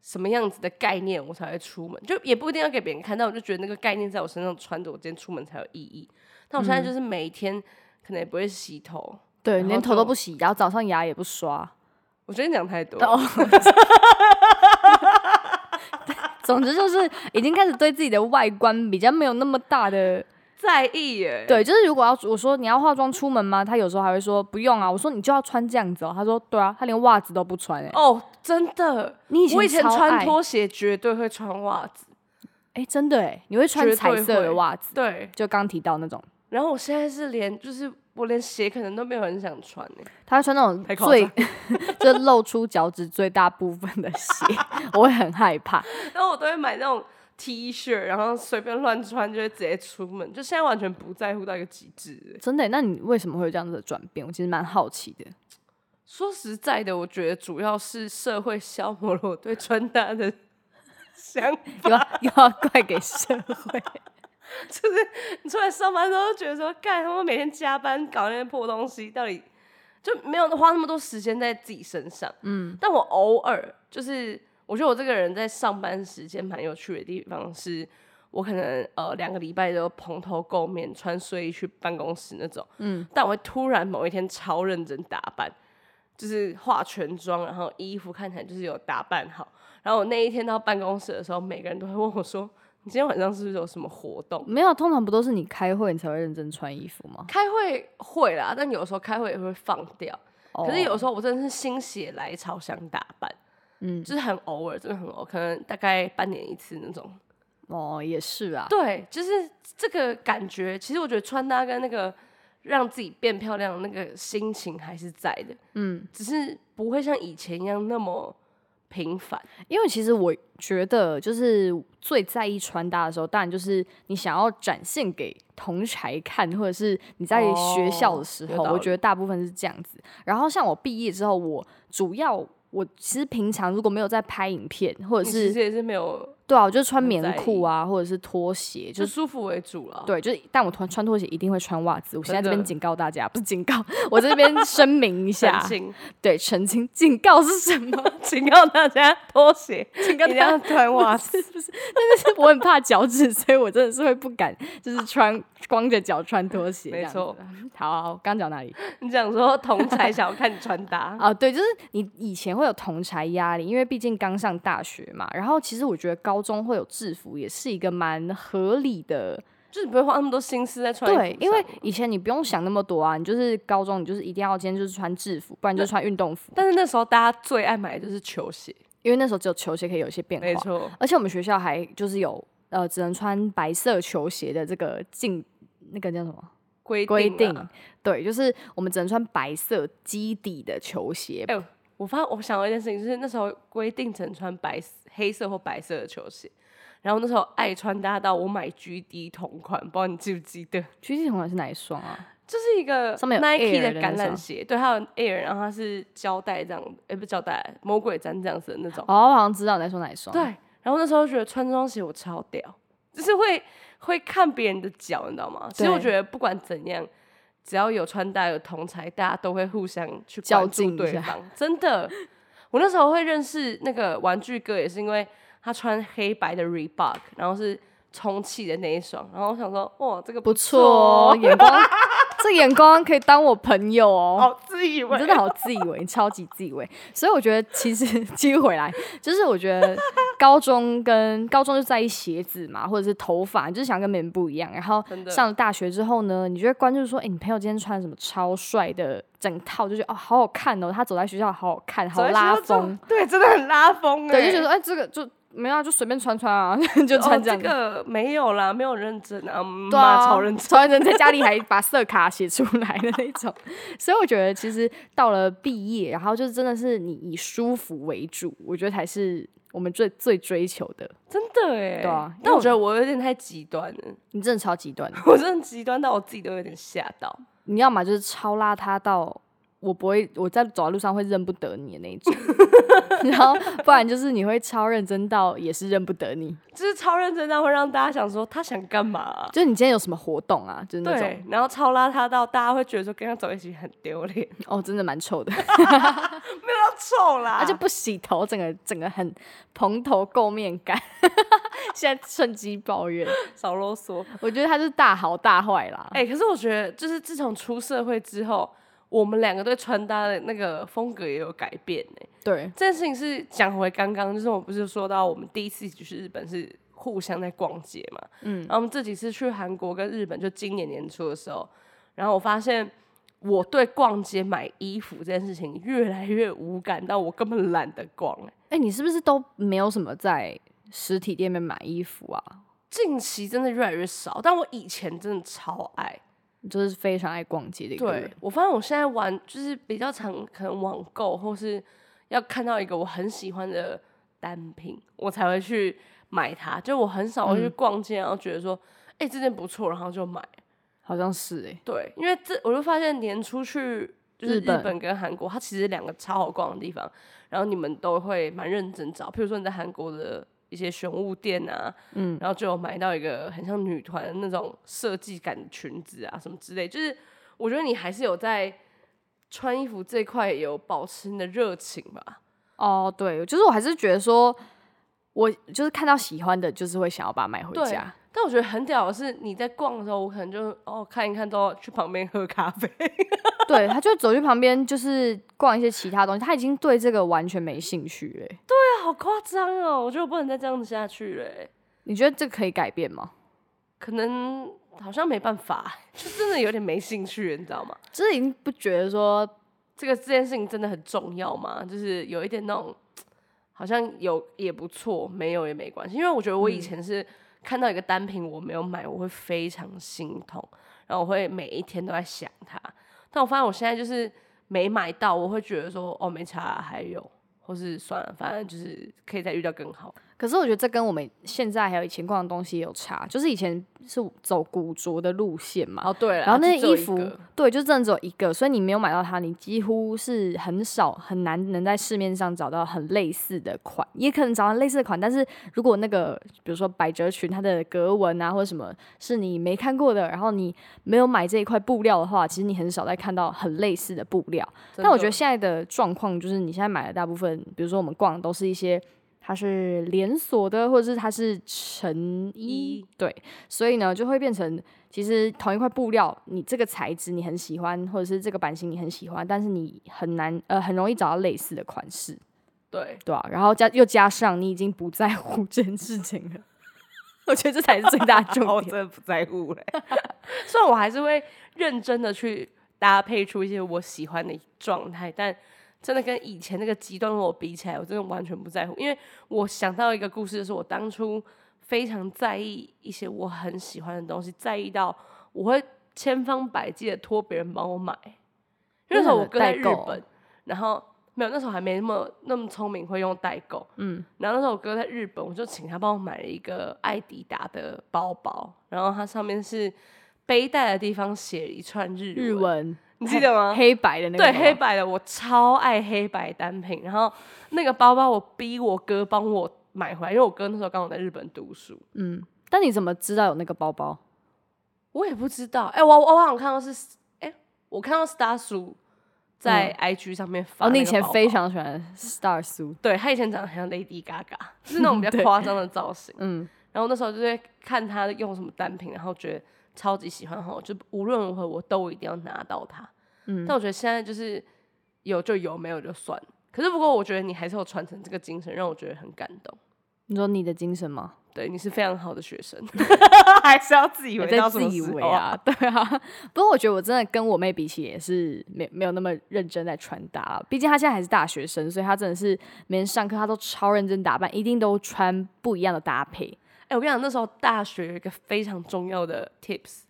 [SPEAKER 2] 什么样子的概念，我才会出门。就也不一定要给别人看，但我就觉得那个概念在我身上穿着，我今天出门才有意义。但我
[SPEAKER 1] 嗯
[SPEAKER 2] 现在就是每天可能也不会洗头，
[SPEAKER 1] 对，
[SPEAKER 2] 然
[SPEAKER 1] 连
[SPEAKER 2] 后
[SPEAKER 1] 头都
[SPEAKER 2] 就
[SPEAKER 1] 不洗，然后早上牙也不刷。
[SPEAKER 2] 我觉得你讲太多了。
[SPEAKER 1] 哦，总之就是已经开始对自己的外观比较没有那么大的
[SPEAKER 2] 在意耶，
[SPEAKER 1] 对，就是如果要我说你要化妆出门吗？他有时候还会说不用啊，我说你就要穿这样子哦，他说对啊，他连袜子都不穿哎、
[SPEAKER 2] 哦，真的，
[SPEAKER 1] 你以前
[SPEAKER 2] 我以前
[SPEAKER 1] 超
[SPEAKER 2] 穿
[SPEAKER 1] 爱
[SPEAKER 2] 拖鞋绝对会穿袜子，
[SPEAKER 1] 哎、真的哎、你会穿
[SPEAKER 2] 绝
[SPEAKER 1] 彩
[SPEAKER 2] 对
[SPEAKER 1] 色
[SPEAKER 2] 会
[SPEAKER 1] 的袜子，
[SPEAKER 2] 对。
[SPEAKER 1] 就刚提到那种，
[SPEAKER 2] 然后我现在是连就是我连鞋可能都没有很想穿欸耶
[SPEAKER 1] 他会穿那种
[SPEAKER 2] 太夸
[SPEAKER 1] 最 就露出脚趾最大部分的鞋， 我会很害怕。
[SPEAKER 2] 然后我都会买那种 T 恤，然后随便乱穿，就会直接出门。就现在完全不在乎到一个极致欸。
[SPEAKER 1] 真的欸、那你为什么会有这样子的转变？我其实蛮好奇的。
[SPEAKER 2] 说实在的，我觉得主要是社会消磨了我对穿搭的 想法。
[SPEAKER 1] 又要又要怪给社会。
[SPEAKER 2] 你出来上班之后，觉得说，干他们每天加班搞那些破东西，到底就没有花那么多时间在自己身上。嗯，但我偶尔就是，我觉得我这个人在上班时间蛮有趣的地方是。我可能呃两个礼拜都蓬头垢面，穿睡衣去办公室那种，嗯，但我会突然某一天超认真打扮，就是化全妆，然后衣服看起来就是有打扮好。然后我那一天到办公室的时候，每个人都会问我说：“你今天晚上是不是有什么活动？”
[SPEAKER 1] 没有，通常不都是你开会你才会认真穿衣服吗？
[SPEAKER 2] 开会会啦，但有时候开会也会放掉。
[SPEAKER 1] 哦
[SPEAKER 2] 可是有时候我真的是心血来潮想打扮，
[SPEAKER 1] 嗯
[SPEAKER 2] 就是很偶尔，真的很偶尔，可能大概半年一次那种。
[SPEAKER 1] 哦，哦，也是啊，
[SPEAKER 2] 对，就是这个感觉。其实我觉得穿搭跟那个让自己变漂亮的那个心情还是在的，
[SPEAKER 1] 嗯，
[SPEAKER 2] 只是不会像以前一样那么频繁。
[SPEAKER 1] 因为其实我觉得就是最在意穿搭的时候，当然就是你想要展现给同才看，或者是你在学校的时
[SPEAKER 2] 哦有
[SPEAKER 1] 候，
[SPEAKER 2] 道理
[SPEAKER 1] 我觉得大部分是这样子。然后像我毕业之后，我主要我其实平常如果没有在拍影片，或
[SPEAKER 2] 我
[SPEAKER 1] 者
[SPEAKER 2] 其
[SPEAKER 1] 是
[SPEAKER 2] 实也是没有，
[SPEAKER 1] 对啊，我就穿
[SPEAKER 2] 很
[SPEAKER 1] 棉
[SPEAKER 2] 在
[SPEAKER 1] 裤
[SPEAKER 2] 意
[SPEAKER 1] 啊，或者是拖鞋，就
[SPEAKER 2] 就舒服为主了。，
[SPEAKER 1] 对，就是，但我穿穿拖鞋一定会穿袜子。我现在这
[SPEAKER 2] 真的
[SPEAKER 1] 边警告大家，不是警告，我这边声明一下
[SPEAKER 2] 想，请
[SPEAKER 1] 对，澄清，警告是什 么？
[SPEAKER 2] 请告大家拖鞋
[SPEAKER 1] 警告
[SPEAKER 2] 一定要
[SPEAKER 1] 大家，
[SPEAKER 2] 穿袜子。
[SPEAKER 1] 是不是？但是我很怕脚趾，所以我真的是会不敢，就是穿光着脚穿拖鞋。
[SPEAKER 2] 没错，
[SPEAKER 1] 好，好刚讲哪里？
[SPEAKER 2] 你讲说同才想要看你穿 搭，
[SPEAKER 1] 啊，对，就是你以前会有同才压力，因为毕竟刚上大学嘛。然后其实我觉得高中会有制服，也是一个蛮合理的。
[SPEAKER 2] 就是你不会花那么多心思在穿衣服
[SPEAKER 1] 对，因
[SPEAKER 2] 上
[SPEAKER 1] 为以前你不用想那么多啊，你就是高中，你就是一定要今天就是穿制服，不然就穿运动服。
[SPEAKER 2] 但是那时候大家最爱买的就是球鞋，
[SPEAKER 1] 因为那时候只有球鞋可以有一些变
[SPEAKER 2] 没
[SPEAKER 1] 化，
[SPEAKER 2] 错，
[SPEAKER 1] 而且我们学校还就是有呃只能穿白色球鞋的这个禁那个叫什么
[SPEAKER 2] 规
[SPEAKER 1] 规
[SPEAKER 2] 定
[SPEAKER 1] 定
[SPEAKER 2] 啊。
[SPEAKER 1] 对，就是我们只能穿白色基底的球鞋。
[SPEAKER 2] 哎我发我想到一件事情，就是那时候规定只能穿白色黑色或白色的球鞋，然后那时候爱穿搭到我买 GD 同款，不知道你记不记得？
[SPEAKER 1] 狙击同款是哪一双啊？
[SPEAKER 2] 就是一个
[SPEAKER 1] 上面有
[SPEAKER 2] Nike
[SPEAKER 1] air
[SPEAKER 2] 的
[SPEAKER 1] 的
[SPEAKER 2] 橄
[SPEAKER 1] 那
[SPEAKER 2] 榄
[SPEAKER 1] 种
[SPEAKER 2] 鞋，对，它有 Air，然后它是胶带这样，哎、不是胶带，魔鬼毡这样子的那种。
[SPEAKER 1] 哦，我好像知道你在说哪一双。
[SPEAKER 2] 对，，然后那时候觉得穿这双鞋我超屌， 就是会会看别人的脚，你知道吗？其实我
[SPEAKER 1] 对
[SPEAKER 2] 觉得不管怎样，只要有穿搭有同才，大家都会互相去
[SPEAKER 1] 较
[SPEAKER 2] 关注
[SPEAKER 1] 劲一
[SPEAKER 2] 对
[SPEAKER 1] 下
[SPEAKER 2] 方。真的，我那时候会认识那个玩具哥，也是因为他穿黑白的 Reebok，然后是充气的那一双，然后我想说，哇，这个
[SPEAKER 1] 不
[SPEAKER 2] 错
[SPEAKER 1] 错哦，眼光， 这眼光可以当我朋友哦。
[SPEAKER 2] 好自以
[SPEAKER 1] 你
[SPEAKER 2] 为
[SPEAKER 1] 真的好自以为，你超级自以为。所以我觉得，其实继续回来，就是我觉得高中跟高中就在意鞋子嘛，或者是头发，你就是想跟别人不一样。然后
[SPEAKER 2] 真的
[SPEAKER 1] 上了大学之后呢，你就会关注说，哎、你朋友今天穿什么超帅的整套，就觉得哦，好好看哦，他走在学校好好看，好拉风，，
[SPEAKER 2] 对，真的很拉风、欸，
[SPEAKER 1] 对，就觉得哎、这个就没有、啊，就随便穿穿啊， 就穿这样子。
[SPEAKER 2] 哦、这个没有啦，没有认真啊，嗯
[SPEAKER 1] 对啊，
[SPEAKER 2] 妈超认真。
[SPEAKER 1] 超认真，在家里还把色卡写出来的那种。所以我觉得，其实到了毕业，然后就是真的是你以舒服为主，我觉得才是我们最最追求的。
[SPEAKER 2] 真的哎，
[SPEAKER 1] 对啊因为
[SPEAKER 2] 但我
[SPEAKER 1] 我
[SPEAKER 2] 觉得我有点太极端了，
[SPEAKER 1] 你真的超极端的，
[SPEAKER 2] 我真的极端到我自己都有点吓到。
[SPEAKER 1] 你要么就是超邋遢到。我不会，我在走在路上会认不得你的那一种， 然后不然就是你会超认真到也是认不得你，
[SPEAKER 2] 就是超认真到会让大家想说他想干嘛啊、
[SPEAKER 1] 就是你今天有什么活动啊，就是那种
[SPEAKER 2] 对，然后超邋遢到大家会觉得说跟他走一起很丢脸，
[SPEAKER 1] 哦，真的蛮臭的，
[SPEAKER 2] 要臭啦，
[SPEAKER 1] 而且不洗头，整个整个很蓬头垢面感， 现在趁机抱怨。
[SPEAKER 2] 少啰嗦。
[SPEAKER 1] 我觉得他是大好大坏啦。
[SPEAKER 2] 哎、可是我觉得就是自从出社会之后，我们两个对穿搭的那个风格也有改变呢、
[SPEAKER 1] 对，
[SPEAKER 2] 这件事情是讲回刚刚，就是我不是说到我们第一次一起去日本是互相在逛街嘛，嗯，然后我们这几次去韩国跟日本，就今年年初的时候，然后我发现我对逛街买衣服这件事情越来越无感，到我根本懒得逛、欸。
[SPEAKER 1] 哎、你是不是都没有什么在实体店面买衣服啊？
[SPEAKER 2] 近期真的越来越少，但我以前真的超爱。
[SPEAKER 1] 你就是非常爱逛街的一个
[SPEAKER 2] 对
[SPEAKER 1] 人。
[SPEAKER 2] 我发现我现在玩就是比较常可能网购或是要看到一个我很喜欢的单品，我才会去买它。就我很少会去
[SPEAKER 1] 嗯
[SPEAKER 2] 逛街，然后觉得说，哎、这件不错，然后就买。
[SPEAKER 1] 好像是哎、
[SPEAKER 2] 对，因为这我就发现年初去就是
[SPEAKER 1] 日
[SPEAKER 2] 日
[SPEAKER 1] 本
[SPEAKER 2] 本跟韩国，它其实两个超好逛的地方，然后你们都会蛮认真找。譬如说你在韩国的一些玄物店啊，嗯，然后就有买到一个很像女团的那种设计感的裙子啊什么之类，就是我觉得你还是有在穿衣服这块有保持你的热情吧。
[SPEAKER 1] 哦，对，就是我还是觉得说，我就是看到喜欢的，就是会想要把它买回
[SPEAKER 2] 对
[SPEAKER 1] 家。
[SPEAKER 2] 但我觉得很屌的是，你在逛的时候，我可能就哦看一看之后去旁边喝咖啡，
[SPEAKER 1] 对，他就走去旁边，就是逛一些其他东西，他已经对这个完全没兴趣了欸、
[SPEAKER 2] 好夸张哦！我觉得我不能再这样子下去了欸、
[SPEAKER 1] 你觉得这可以改变吗？
[SPEAKER 2] 可能好像没办法， 就真的有点没兴趣，你知道吗？
[SPEAKER 1] 就是已经不觉得说，
[SPEAKER 2] 这个这件事情真的很重要吗？就是有一点那种，好像有也不错，没有也没关系。因为我觉得我以前是看到一个单品我没有买，我会非常心痛，然后我会每一天都在想它。但我发现我现在就是没买到，我会觉得说哦没差啊，还有，或是算了，反正就是可以再遇到更好。
[SPEAKER 1] 可是我觉得这跟我们现在还有以前逛的东西也有差，就是以前是走古着的路线嘛，
[SPEAKER 2] 哦对了，
[SPEAKER 1] 然后那
[SPEAKER 2] 就只有
[SPEAKER 1] 衣
[SPEAKER 2] 一
[SPEAKER 1] 服
[SPEAKER 2] 个，
[SPEAKER 1] 对，就真的只有一个，所以你没有买到它，你几乎是很少很难能在市面上找到很类似的款，也可能找到类似的款，但是如果那个比如说百褶裙它的格纹啊或者什么是你没看过的，然后你没有买这一块布料的话，其实你很少再看到很类似的布料。
[SPEAKER 2] 真
[SPEAKER 1] 但我
[SPEAKER 2] 的
[SPEAKER 1] 觉得现在的状况就是，你现在买的大部分，比如说我们逛的都是一些它是连锁的，或者是它是成衣
[SPEAKER 2] 衣，
[SPEAKER 1] 对，所以呢就会变成，其实同一块布料，你这个材质你很喜欢，或者是这个版型你很喜欢，但是你很难呃很容易找到类似的款式，
[SPEAKER 2] 对
[SPEAKER 1] 对吧、然后加又加上你已经不在乎 这件事情了，我觉得这才是最大的重
[SPEAKER 2] 哦，我
[SPEAKER 1] 点。
[SPEAKER 2] 真的不在乎嘞。虽然我还是会认真的去搭配出一些我喜欢的状态，但真的跟以前那个极端的我比起来，我真的完全不在乎。因为我想到一个故事，就是我当初非常在意一些我很喜欢的东西，在意到我会千方百计的托别人帮我买。因为那时候我哥在日
[SPEAKER 1] 代购
[SPEAKER 2] 本，然后没有那时候还没那么那么聪明，会用代购。然后那时候我哥在日本，我就请他帮我买了一个艾迪达的包包，然后它上面是背带的地方写一串日
[SPEAKER 1] 日文，
[SPEAKER 2] 你记得吗？
[SPEAKER 1] 黑白的那个
[SPEAKER 2] 对
[SPEAKER 1] 吗，
[SPEAKER 2] 黑白的，我超爱黑白单品。然后那个包包，我逼我哥帮我买回来，因为我哥那时候刚好在日本读书，
[SPEAKER 1] 嗯。但你怎么知道有那个包包？
[SPEAKER 2] 我也不知道。哎、我我好像看到是，哎、我看到 star 叔在 IG 上面发、
[SPEAKER 1] 嗯哦，你以前非。常喜欢 Star 苏，
[SPEAKER 2] 对他以前长得很像 Lady Gaga，就是那种比 较
[SPEAKER 1] 对
[SPEAKER 2] 夸张的造型。
[SPEAKER 1] 嗯，
[SPEAKER 2] 然后那时候就会看他用什么单品，然后觉得超级喜欢，然后就无论如何我都一定要拿到它。
[SPEAKER 1] 嗯
[SPEAKER 2] 但我觉得现在就是有就有，没有就算。可是不过我觉得你还是有传承这个精神，让我觉得很感动。
[SPEAKER 1] 你说你的精神吗？
[SPEAKER 2] 对，你是非常好的学生， 还是要自以
[SPEAKER 1] 我
[SPEAKER 2] 为
[SPEAKER 1] 在
[SPEAKER 2] 到什
[SPEAKER 1] 自
[SPEAKER 2] 么
[SPEAKER 1] 以
[SPEAKER 2] 时
[SPEAKER 1] 为
[SPEAKER 2] 候
[SPEAKER 1] 啊， 对啊。不过我觉得我真的跟我妹比起也是没没有那么认真在穿搭啊，毕竟她现在还是大学生，所以她真的是每天上课她都超认真打扮，一定都穿不一样的搭配。
[SPEAKER 2] 哎、我跟你讲，那时候大学有一个非常重要的 tips，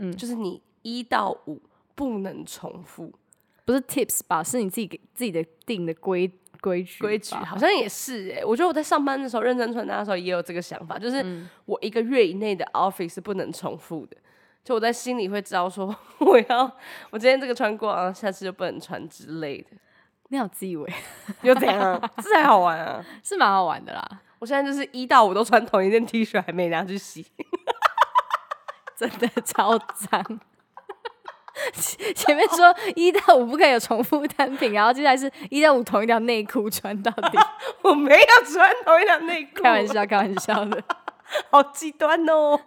[SPEAKER 2] 嗯，就是你一到五不能重复
[SPEAKER 1] 不是 tips 吧，是你自己给自己的定的规规矩
[SPEAKER 2] 规矩，
[SPEAKER 1] 吧
[SPEAKER 2] 好像也是哎、我觉得我在上班的时候认真穿搭的时候也有这个想法，
[SPEAKER 1] 嗯
[SPEAKER 2] 就是我一个月以内的 office 是不能重复的。就我在心里会知道说，我要我今天这个穿过啊，下次就不能穿之类的，
[SPEAKER 1] 你好自以为
[SPEAKER 2] 又怎样啊？这才好玩啊！
[SPEAKER 1] 是蛮好玩的啦，
[SPEAKER 2] 我现在就是一到五都穿同一件 T 恤，还没拿去洗。
[SPEAKER 1] 真的超脏。前前面说一到五不可以有重复单品，然后接下来是一到五同一条内裤穿到底，
[SPEAKER 2] 我没有穿同一条内 裤，
[SPEAKER 1] 开玩，笑，开玩笑的。
[SPEAKER 2] 好极端哦！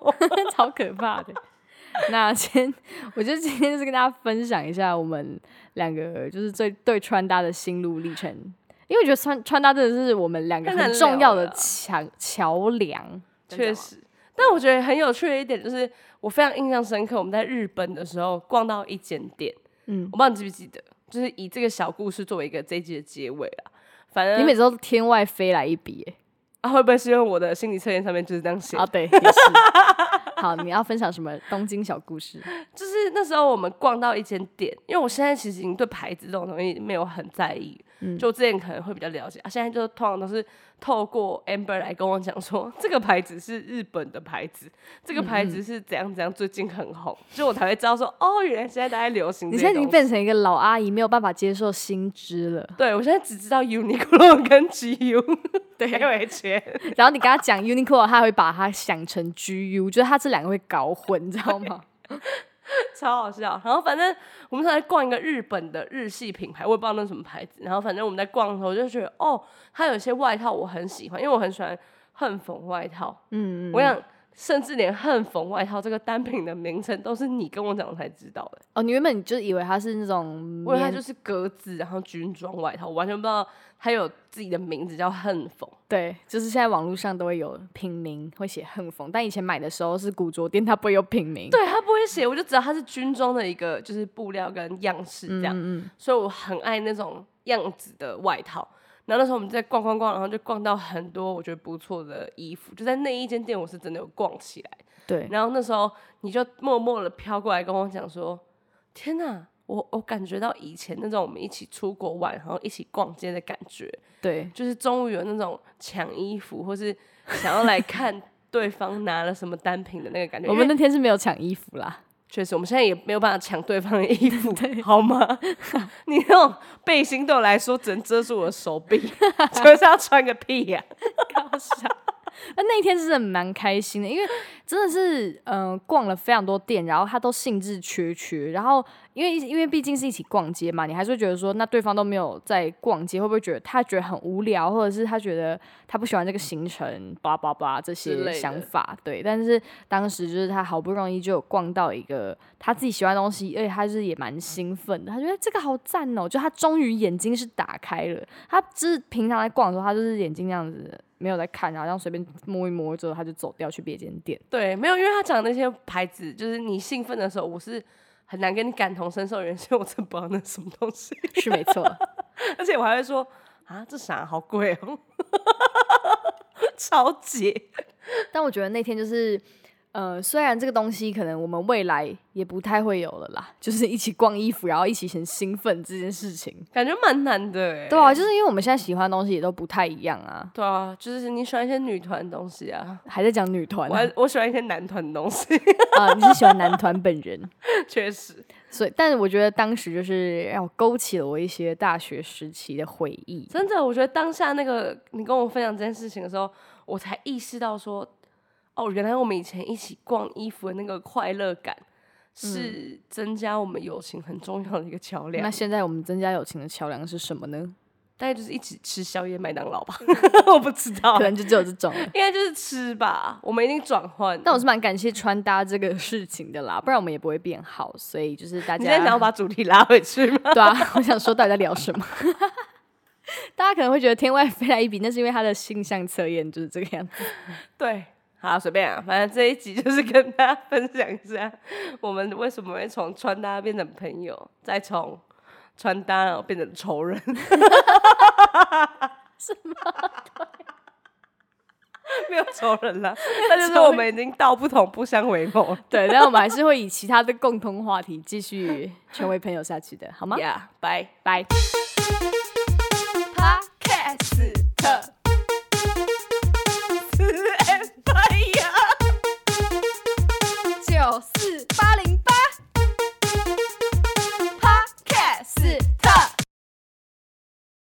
[SPEAKER 1] 超可怕的。那先，我就今天就是跟大家分享一下我们两个就是最对穿搭的心路历程，因为我觉得穿穿搭真的是我们两个
[SPEAKER 2] 太难
[SPEAKER 1] 很重要的
[SPEAKER 2] 聊了
[SPEAKER 1] 桥桥梁。
[SPEAKER 2] 确实，但我觉得很有趣的一点就是，我非常印象深刻。我们在日本的时候逛到一间店，
[SPEAKER 1] 嗯
[SPEAKER 2] 我不知道你记不记得，就是以这个小故事作为一个这一集的结尾啦。反
[SPEAKER 1] 你
[SPEAKER 2] 正
[SPEAKER 1] 每次都天外飞来一笔、欸，
[SPEAKER 2] 啊，会不会是因为我的心理测验上面就是这样写
[SPEAKER 1] 啊，？对，也是。 好，你要分享什么东京小故事？
[SPEAKER 2] 就是那时候我们逛到一间店，因为我现在其实已经对牌子这种东西没有很在意，
[SPEAKER 1] 嗯
[SPEAKER 2] 就之前可能会比较了解，啊，现在就通常都是透过 Amber 来跟我讲说，这个牌子是日本的牌子，这个牌
[SPEAKER 1] 嗯
[SPEAKER 2] 子是怎样怎样，最近很红，所以我才会知道说，哦，原来现在大家流行这
[SPEAKER 1] 你
[SPEAKER 2] 些
[SPEAKER 1] 现在已经
[SPEAKER 2] 东西
[SPEAKER 1] 变成一个老阿姨，没有办法接受新知了。
[SPEAKER 2] 对，我现在只知道 Uniqlo 跟 GU，对，还有 H&M H，
[SPEAKER 1] 然后你跟他讲 Uniqlo，他还会把它想成 GU，就是他这两个会搞混，你知道吗？
[SPEAKER 2] 超好笑。然后反正我们在逛一个日本的日系品牌，我也不知道那是什么牌子。然后反正我们在逛的时候，我就觉得哦，它有些外套我很喜欢，因为我很喜欢恨缝外套。
[SPEAKER 1] 嗯，
[SPEAKER 2] 我想，甚至连恨缝外套这个单品的名称都是你跟我讲我才知道的。
[SPEAKER 1] 哦，你原本就以为它是那种棉，
[SPEAKER 2] 我以为它就是格子，然后军装外套，我完全不知道它有自己的名字叫恨缝。
[SPEAKER 1] 对，就是现在网络上都会有品名会写恨风，但以前买的时候是古着店，它不会有品名。
[SPEAKER 2] 对他不会写，我就知道它是军装的一个就是布料跟样式这样，
[SPEAKER 1] 嗯
[SPEAKER 2] 所以我很爱那种样子的外套。然后那时候我们在逛逛逛，然后就逛到很多我觉得不错的衣服，就在那一间店我是真的有逛起来。
[SPEAKER 1] 对，
[SPEAKER 2] 然后那时候你就默默的飘过来跟我讲说：“天哪，我我感觉到以前那种我们一起出国玩，然后一起逛街的感觉，
[SPEAKER 1] 对，
[SPEAKER 2] 就是终于有那种抢衣服或是想要来看对方拿了什么单品的那个感 觉。”
[SPEAKER 1] 我们那天是没有抢衣服啦，
[SPEAKER 2] 确实，我们现在也没有办法抢对方的 衣服，好吗？你那种背心对我来说只能遮住我的手臂， 就是要穿个屁呀、
[SPEAKER 1] 搞笑。那那一天是真的蛮开心的，因为真的是嗯、呃逛了非常多店，然后它都兴致缺缺，然后因为因为毕竟是一起逛街嘛，你还是会觉得说，那对方都没有在逛街，会不会觉得他觉得很无聊，或者是他觉得他不喜欢这个行程，叭叭叭这
[SPEAKER 2] 之类
[SPEAKER 1] 些
[SPEAKER 2] 的
[SPEAKER 1] 想法？对，但是当时就是他好不容易就有逛到一个他自己喜欢的东西，而且他就是也蛮兴奋的，他觉得这个好赞哦、就他终于眼睛是打开了，他只是平常在逛的时候，他就是眼睛那样子。没有在看，然后这样随便摸一摸之后，他就走掉去别间店。
[SPEAKER 2] 对，没有，因为他讲那些牌子，就是你兴奋的时候，我是很难跟你感同身受的人， 所以我真不知道那是什么东西，
[SPEAKER 1] 是没错，
[SPEAKER 2] 而且我还会说啊，这啥好贵 哦，超级
[SPEAKER 1] 但我觉得那天就是，呃，虽然这个东西可能我们未来也不太会有了啦，就是一起逛衣服，然后一起很兴奋这件事情。
[SPEAKER 2] 感觉蛮难的哎、
[SPEAKER 1] 对啊，就是因为我们现在喜欢的东西也都不太一样啊。
[SPEAKER 2] 对啊，就是你喜欢一些女团的东西啊，
[SPEAKER 1] 还在讲女团
[SPEAKER 2] 我
[SPEAKER 1] 啊
[SPEAKER 2] 还我喜欢一些男团的东西，
[SPEAKER 1] 啊，你是喜欢男团本人，
[SPEAKER 2] 确实
[SPEAKER 1] 所以，但是我觉得当时就是让我勾起了我一些大学时期的回忆。
[SPEAKER 2] 真的，我觉得当下那个你跟我分享这件事情的时候，我才意识到说，哦，原来我们以前一起逛衣服的那个快乐感，是增加我们友情很重要的一个桥梁。
[SPEAKER 1] 那现在我们增加友情的桥梁是什么呢？
[SPEAKER 2] 大概就是一起吃宵夜麦当劳吧，我不知道
[SPEAKER 1] 可，能就只有这种了。
[SPEAKER 2] 应该就是吃吧，我们一定转换。
[SPEAKER 1] 但我是蛮感谢穿搭这个事情的啦，不然我们也不会变好。所以就是大
[SPEAKER 2] 你
[SPEAKER 1] 家
[SPEAKER 2] 现在想要把主题拉回去 吗？
[SPEAKER 1] 对啊，我想说到底在聊什么？ 大家可能会觉得天外飞来一笔，那是因为他的性向测验就是这个样子。
[SPEAKER 2] 对，好，随便啊，反正这一集就是跟大家分享一下，我们为什么会从穿搭变成朋友，再从穿搭然后变成仇 人。是吗？ 没有仇人啦，但就是我们已经道不同不相为谋。
[SPEAKER 1] 对，但我们还是会以其他的共通话题继续成为朋友下去的，好吗？
[SPEAKER 2] Yeah，拜。
[SPEAKER 1] 拜。